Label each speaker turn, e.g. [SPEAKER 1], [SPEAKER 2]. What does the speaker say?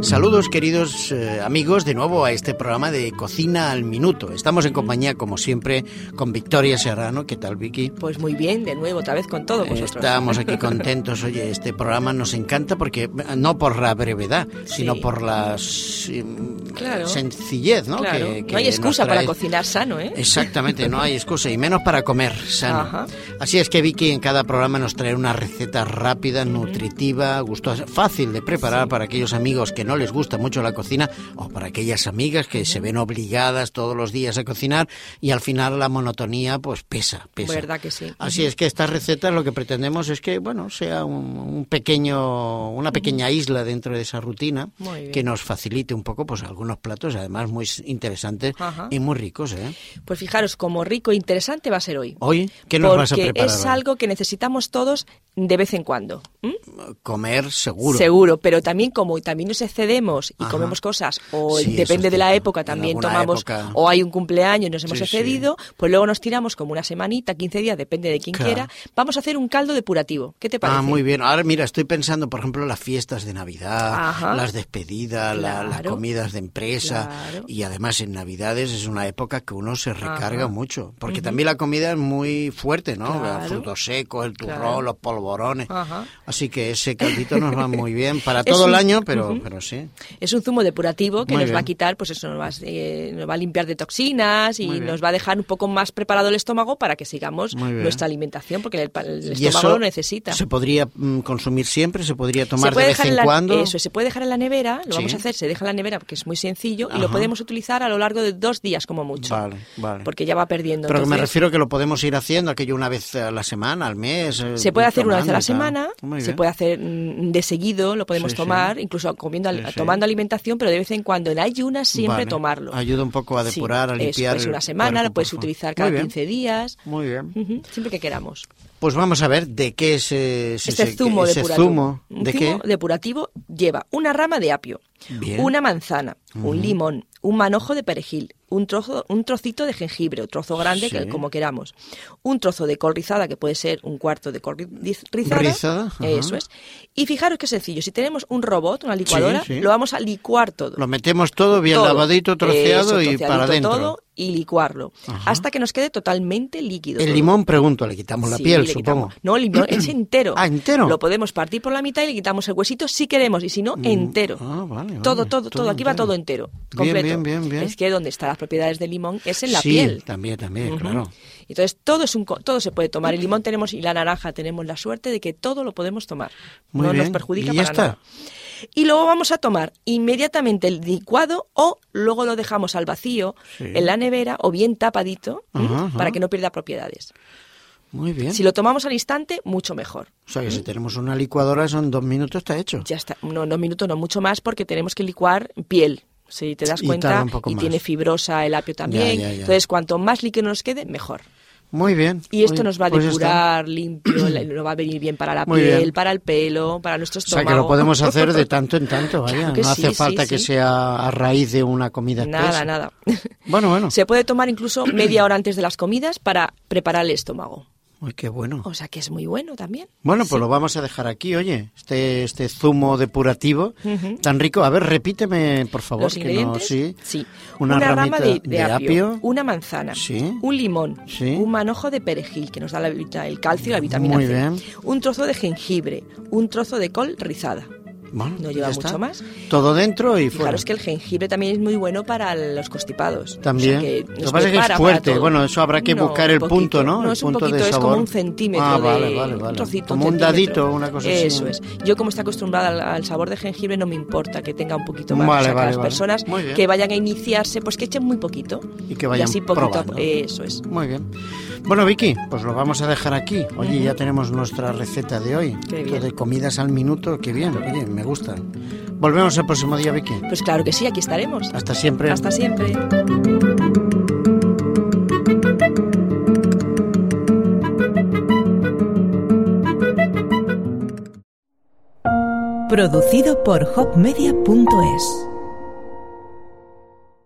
[SPEAKER 1] Saludos queridos eh, amigos de nuevo a este programa de Cocina al Minuto. Estamos en compañía como siempre con Victoria Serrano. ¿Qué tal Vicky? Eh,
[SPEAKER 2] Pues muy bien, de nuevo, otra vez con todo vosotros.
[SPEAKER 1] Estamos aquí contentos. Oye, este programa nos encanta porque no por la brevedad, sino
[SPEAKER 2] Sí.
[SPEAKER 1] por la mm,
[SPEAKER 2] Claro.
[SPEAKER 1] sencillez, ¿no?
[SPEAKER 2] Claro.
[SPEAKER 1] Que- que
[SPEAKER 2] no hay
[SPEAKER 1] nos
[SPEAKER 2] excusa para
[SPEAKER 1] trae.
[SPEAKER 2] cocinar sano, ¿eh?
[SPEAKER 1] Exactamente, no hay excusa, y menos para comer sano.
[SPEAKER 2] Ajá.
[SPEAKER 1] Así es que Vicky en cada programa nos trae una receta rápida, nutritiva, gustosa, fácil de preparar para aquellos amigos que no les gusta mucho la cocina o para aquellas amigas que se ven obligadas todos los días a cocinar y al final la monotonía pues pesa, pesa.
[SPEAKER 2] Verdad que sí.
[SPEAKER 1] Así es que estas recetas lo que pretendemos es que, bueno, sea un, un pequeño, una pequeña isla dentro de esa rutina
[SPEAKER 2] Muy bien.
[SPEAKER 1] que nos facilite un poco, pues, algunos platos, además muy interesantes
[SPEAKER 2] Ajá.
[SPEAKER 1] y muy ricos, ¿eh?
[SPEAKER 2] Pues fijaros, como rico e interesante va a ser hoy.
[SPEAKER 1] Hoy, ¿qué nos
[SPEAKER 2] porque
[SPEAKER 1] vas a preparar?
[SPEAKER 2] es
[SPEAKER 1] hoy?
[SPEAKER 2] algo que necesitamos todos de vez en cuando. ¿m?
[SPEAKER 1] Comer seguro.
[SPEAKER 2] pero también como también nos excedemos y
[SPEAKER 1] Ajá.
[SPEAKER 2] comemos cosas, o
[SPEAKER 1] Sí, eso
[SPEAKER 2] depende
[SPEAKER 1] es
[SPEAKER 2] de la
[SPEAKER 1] cierto.
[SPEAKER 2] época,
[SPEAKER 1] En
[SPEAKER 2] también
[SPEAKER 1] alguna
[SPEAKER 2] tomamos,
[SPEAKER 1] época-
[SPEAKER 2] o hay un cumpleaños y nos hemos
[SPEAKER 1] Sí, sí.
[SPEAKER 2] excedido, pues luego nos tiramos como una semanita, 15 días, depende de quién
[SPEAKER 1] Claro.
[SPEAKER 2] quiera. Vamos a hacer un caldo depurativo. ¿Qué te parece?
[SPEAKER 1] Ah, muy bien. Ahora mira, estoy pensando, por ejemplo, las fiestas de Navidad,
[SPEAKER 2] Ajá.
[SPEAKER 1] las despedidas, la- las
[SPEAKER 2] Claro.
[SPEAKER 1] comidas de empresa.
[SPEAKER 2] Claro.
[SPEAKER 1] Y además en Navidades es una época que uno se recarga
[SPEAKER 2] Ajá.
[SPEAKER 1] mucho. Porque también la comida es muy fuerte, ¿no?
[SPEAKER 2] Claro.
[SPEAKER 1] Los frutos secos, el turrón,
[SPEAKER 2] Claro.
[SPEAKER 1] los polvorones.
[SPEAKER 2] Ajá.
[SPEAKER 1] Así que ese caldito nos va muy bien para
[SPEAKER 2] Es
[SPEAKER 1] todo el
[SPEAKER 2] un-
[SPEAKER 1] año, pero, pero sí.
[SPEAKER 2] Es un zumo depurativo que
[SPEAKER 1] Muy
[SPEAKER 2] nos va a
[SPEAKER 1] bien.
[SPEAKER 2] quitar, pues eso, nos va, a- eh, nos va a limpiar de toxinas
[SPEAKER 1] Muy
[SPEAKER 2] y
[SPEAKER 1] bien.
[SPEAKER 2] nos va a dejar un poco más preparado el estómago para que sigamos
[SPEAKER 1] Muy bien.
[SPEAKER 2] nuestra alimentación, porque el, pa- el
[SPEAKER 1] y
[SPEAKER 2] estómago
[SPEAKER 1] eso
[SPEAKER 2] lo necesita.
[SPEAKER 1] se podría mm, consumir siempre, se podría tomar
[SPEAKER 2] Se puede
[SPEAKER 1] de vez
[SPEAKER 2] dejar
[SPEAKER 1] en,
[SPEAKER 2] la-
[SPEAKER 1] cuando.
[SPEAKER 2] Eso, se puede dejar en la nevera, lo
[SPEAKER 1] Sí.
[SPEAKER 2] vamos a hacer, se deja en la nevera porque es muy sencillo y lo
[SPEAKER 1] Ajá.
[SPEAKER 2] podemos utilizar a lo largo de dos días como mucho.
[SPEAKER 1] Vale, vale.
[SPEAKER 2] Porque ya va perdiendo.
[SPEAKER 1] Pero que me
[SPEAKER 2] entonces-
[SPEAKER 1] refiero que lo podemos ir haciendo aquello una vez a la semana, al mes. eh,
[SPEAKER 2] Se puede hacer una vez a
[SPEAKER 1] tomando
[SPEAKER 2] la
[SPEAKER 1] y
[SPEAKER 2] semana,
[SPEAKER 1] tal. Muy
[SPEAKER 2] se
[SPEAKER 1] bien.
[SPEAKER 2] puede hacer mm, de seguido, lo podemos
[SPEAKER 1] Sí, sí.
[SPEAKER 2] tomar, incluso comiendo, al-
[SPEAKER 1] Sí, sí.
[SPEAKER 2] tomando alimentación, pero de vez en cuando, en ayunas, siempre
[SPEAKER 1] Vale.
[SPEAKER 2] tomarlo.
[SPEAKER 1] Ayuda un poco a
[SPEAKER 2] Sí,
[SPEAKER 1] depurar, a
[SPEAKER 2] eso
[SPEAKER 1] limpiar.
[SPEAKER 2] es
[SPEAKER 1] el
[SPEAKER 2] una semana,
[SPEAKER 1] cuerpo,
[SPEAKER 2] lo puedes
[SPEAKER 1] por favor.
[SPEAKER 2] utilizar
[SPEAKER 1] Muy
[SPEAKER 2] cada
[SPEAKER 1] bien,
[SPEAKER 2] 15 días,
[SPEAKER 1] Muy bien.
[SPEAKER 2] ujú, siempre que queramos.
[SPEAKER 1] Pues vamos a ver de qué es eh, ese,
[SPEAKER 2] Este
[SPEAKER 1] ese-
[SPEAKER 2] zumo
[SPEAKER 1] ese
[SPEAKER 2] depurativo.
[SPEAKER 1] zumo.
[SPEAKER 2] Un
[SPEAKER 1] ¿De
[SPEAKER 2] zumo
[SPEAKER 1] qué?
[SPEAKER 2] depurativo lleva una rama de apio,
[SPEAKER 1] Bien.
[SPEAKER 2] una manzana, un limón, un manojo de perejil, un trozo, un trocito de jengibre, un trozo grande que-
[SPEAKER 1] Sí.
[SPEAKER 2] como queramos, un trozo de col rizada que puede ser un cuarto de col ri- riz- rizada,
[SPEAKER 1] Rizada, ajá.
[SPEAKER 2] eso es. Y fijaros qué sencillo, si tenemos un robot, una licuadora,
[SPEAKER 1] sí.
[SPEAKER 2] lo vamos a licuar todo.
[SPEAKER 1] Lo metemos todo bien
[SPEAKER 2] Todo.
[SPEAKER 1] lavadito, troceado
[SPEAKER 2] Eso,
[SPEAKER 1] y
[SPEAKER 2] troceadito
[SPEAKER 1] para adentro.
[SPEAKER 2] todo y licuarlo
[SPEAKER 1] Ajá.
[SPEAKER 2] hasta que nos quede totalmente líquido.
[SPEAKER 1] El
[SPEAKER 2] todo.
[SPEAKER 1] limón, pregunto, le quitamos la
[SPEAKER 2] Sí,
[SPEAKER 1] piel,
[SPEAKER 2] le
[SPEAKER 1] supongo.
[SPEAKER 2] quitamos. No, el limón es entero.
[SPEAKER 1] Ah, entero.
[SPEAKER 2] Lo podemos partir por la mitad y le quitamos el huesito si queremos, y si no, entero.
[SPEAKER 1] ah, vale, vale.
[SPEAKER 2] Todo, todo,
[SPEAKER 1] Todo
[SPEAKER 2] todo. Aquí va
[SPEAKER 1] entero.
[SPEAKER 2] todo entero.
[SPEAKER 1] Bien,
[SPEAKER 2] Completo.
[SPEAKER 1] bien, bien, bien.
[SPEAKER 2] Es que donde están las propiedades del limón es en la
[SPEAKER 1] sí,
[SPEAKER 2] piel.
[SPEAKER 1] también, también,
[SPEAKER 2] Ujú.
[SPEAKER 1] claro.
[SPEAKER 2] Entonces todo es un co- todo se puede tomar. El limón tenemos y la naranja tenemos la suerte de que todo lo podemos tomar.
[SPEAKER 1] Muy
[SPEAKER 2] no nos
[SPEAKER 1] bien.
[SPEAKER 2] perjudica
[SPEAKER 1] Y ya
[SPEAKER 2] para
[SPEAKER 1] está.
[SPEAKER 2] nada. Y luego vamos a tomar inmediatamente el licuado o luego lo dejamos al vacío
[SPEAKER 1] Sí.
[SPEAKER 2] en la nevera o bien tapadito ¿m?
[SPEAKER 1] Ajá, ajá.
[SPEAKER 2] para que no pierda propiedades.
[SPEAKER 1] Muy bien.
[SPEAKER 2] Si lo tomamos al instante, mucho mejor.
[SPEAKER 1] O sea que si tenemos una licuadora, son dos minutos, está hecho.
[SPEAKER 2] Ya está, no, dos minutos, no mucho más, porque tenemos que licuar piel. Si te das
[SPEAKER 1] Y tarda
[SPEAKER 2] cuenta,
[SPEAKER 1] un poco
[SPEAKER 2] y
[SPEAKER 1] más.
[SPEAKER 2] tiene fibrosa el apio también.
[SPEAKER 1] ya, ya.
[SPEAKER 2] Entonces, cuanto más líquido nos quede, mejor.
[SPEAKER 1] Muy bien.
[SPEAKER 2] Y esto
[SPEAKER 1] Oye,
[SPEAKER 2] nos va a
[SPEAKER 1] pues ya está.
[SPEAKER 2] depurar limpio, la- nos va a venir bien para la
[SPEAKER 1] Muy
[SPEAKER 2] piel,
[SPEAKER 1] bien.
[SPEAKER 2] para el pelo, para nuestro
[SPEAKER 1] O sea,
[SPEAKER 2] estómago.
[SPEAKER 1] que lo podemos hacer de tanto en tanto, vaya.
[SPEAKER 2] Claro que
[SPEAKER 1] no
[SPEAKER 2] sí,
[SPEAKER 1] hace
[SPEAKER 2] sí,
[SPEAKER 1] falta que
[SPEAKER 2] sí.
[SPEAKER 1] sea a raíz de una comida
[SPEAKER 2] Nada,
[SPEAKER 1] expresa.
[SPEAKER 2] nada.
[SPEAKER 1] Bueno, bueno.
[SPEAKER 2] Se puede tomar incluso media hora antes de las comidas para preparar el estómago.
[SPEAKER 1] Uy, qué bueno.
[SPEAKER 2] O sea que es muy bueno también.
[SPEAKER 1] Bueno, pues lo vamos a dejar aquí, oye. Este, este zumo depurativo tan rico. A ver, repíteme, por favor.
[SPEAKER 2] ¿Los
[SPEAKER 1] que
[SPEAKER 2] ingredientes?
[SPEAKER 1] no- sí.
[SPEAKER 2] Sí.
[SPEAKER 1] Una, ramita
[SPEAKER 2] rama de, de apio,
[SPEAKER 1] apio.
[SPEAKER 2] una manzana,
[SPEAKER 1] Sí.
[SPEAKER 2] un limón,
[SPEAKER 1] Sí.
[SPEAKER 2] un manojo de perejil que nos da la vita- el calcio y la vitamina
[SPEAKER 1] Muy
[SPEAKER 2] C,
[SPEAKER 1] bien.
[SPEAKER 2] un trozo de jengibre, un trozo de col rizada.
[SPEAKER 1] Bueno,
[SPEAKER 2] No lleva
[SPEAKER 1] ya está.
[SPEAKER 2] mucho más.
[SPEAKER 1] Todo dentro y fuera.
[SPEAKER 2] Fijaros que el jengibre también es muy bueno para los constipados.
[SPEAKER 1] También.
[SPEAKER 2] O sea que
[SPEAKER 1] Lo
[SPEAKER 2] nos
[SPEAKER 1] que pasa es que es
[SPEAKER 2] prepara para
[SPEAKER 1] fuerte.
[SPEAKER 2] todo.
[SPEAKER 1] Bueno, eso habrá que
[SPEAKER 2] No,
[SPEAKER 1] buscar el
[SPEAKER 2] poquito.
[SPEAKER 1] punto, ¿no? El
[SPEAKER 2] es un
[SPEAKER 1] punto de
[SPEAKER 2] poquito, es como
[SPEAKER 1] sabor.
[SPEAKER 2] un centímetro.
[SPEAKER 1] Ah,
[SPEAKER 2] de-
[SPEAKER 1] vale, vale, vale.
[SPEAKER 2] Un trocito,
[SPEAKER 1] Como un
[SPEAKER 2] centímetro.
[SPEAKER 1] dadito, una cosa así.
[SPEAKER 2] Eso es. Yo, como estoy acostumbrada al, al sabor de jengibre, no me importa que tenga un poquito más.
[SPEAKER 1] Vale,
[SPEAKER 2] o sea, que
[SPEAKER 1] vale,
[SPEAKER 2] las
[SPEAKER 1] vale.
[SPEAKER 2] personas
[SPEAKER 1] Muy bien.
[SPEAKER 2] que vayan a iniciarse, pues que echen muy poquito.
[SPEAKER 1] Y que vayan
[SPEAKER 2] así poquito. a-
[SPEAKER 1] probando.
[SPEAKER 2] Eso es.
[SPEAKER 1] Muy bien. Bueno, Vicky, pues lo vamos a dejar aquí. Oye, ya tenemos nuestra receta de hoy.
[SPEAKER 2] Qué
[SPEAKER 1] Esto
[SPEAKER 2] bien.
[SPEAKER 1] De comidas al minuto, qué bien. Oye, me gusta. Volvemos el próximo día, Vicky.
[SPEAKER 2] Pues claro que sí, aquí estaremos.
[SPEAKER 1] Hasta siempre.
[SPEAKER 2] Hasta siempre.
[SPEAKER 3] Producido por hopmedia.es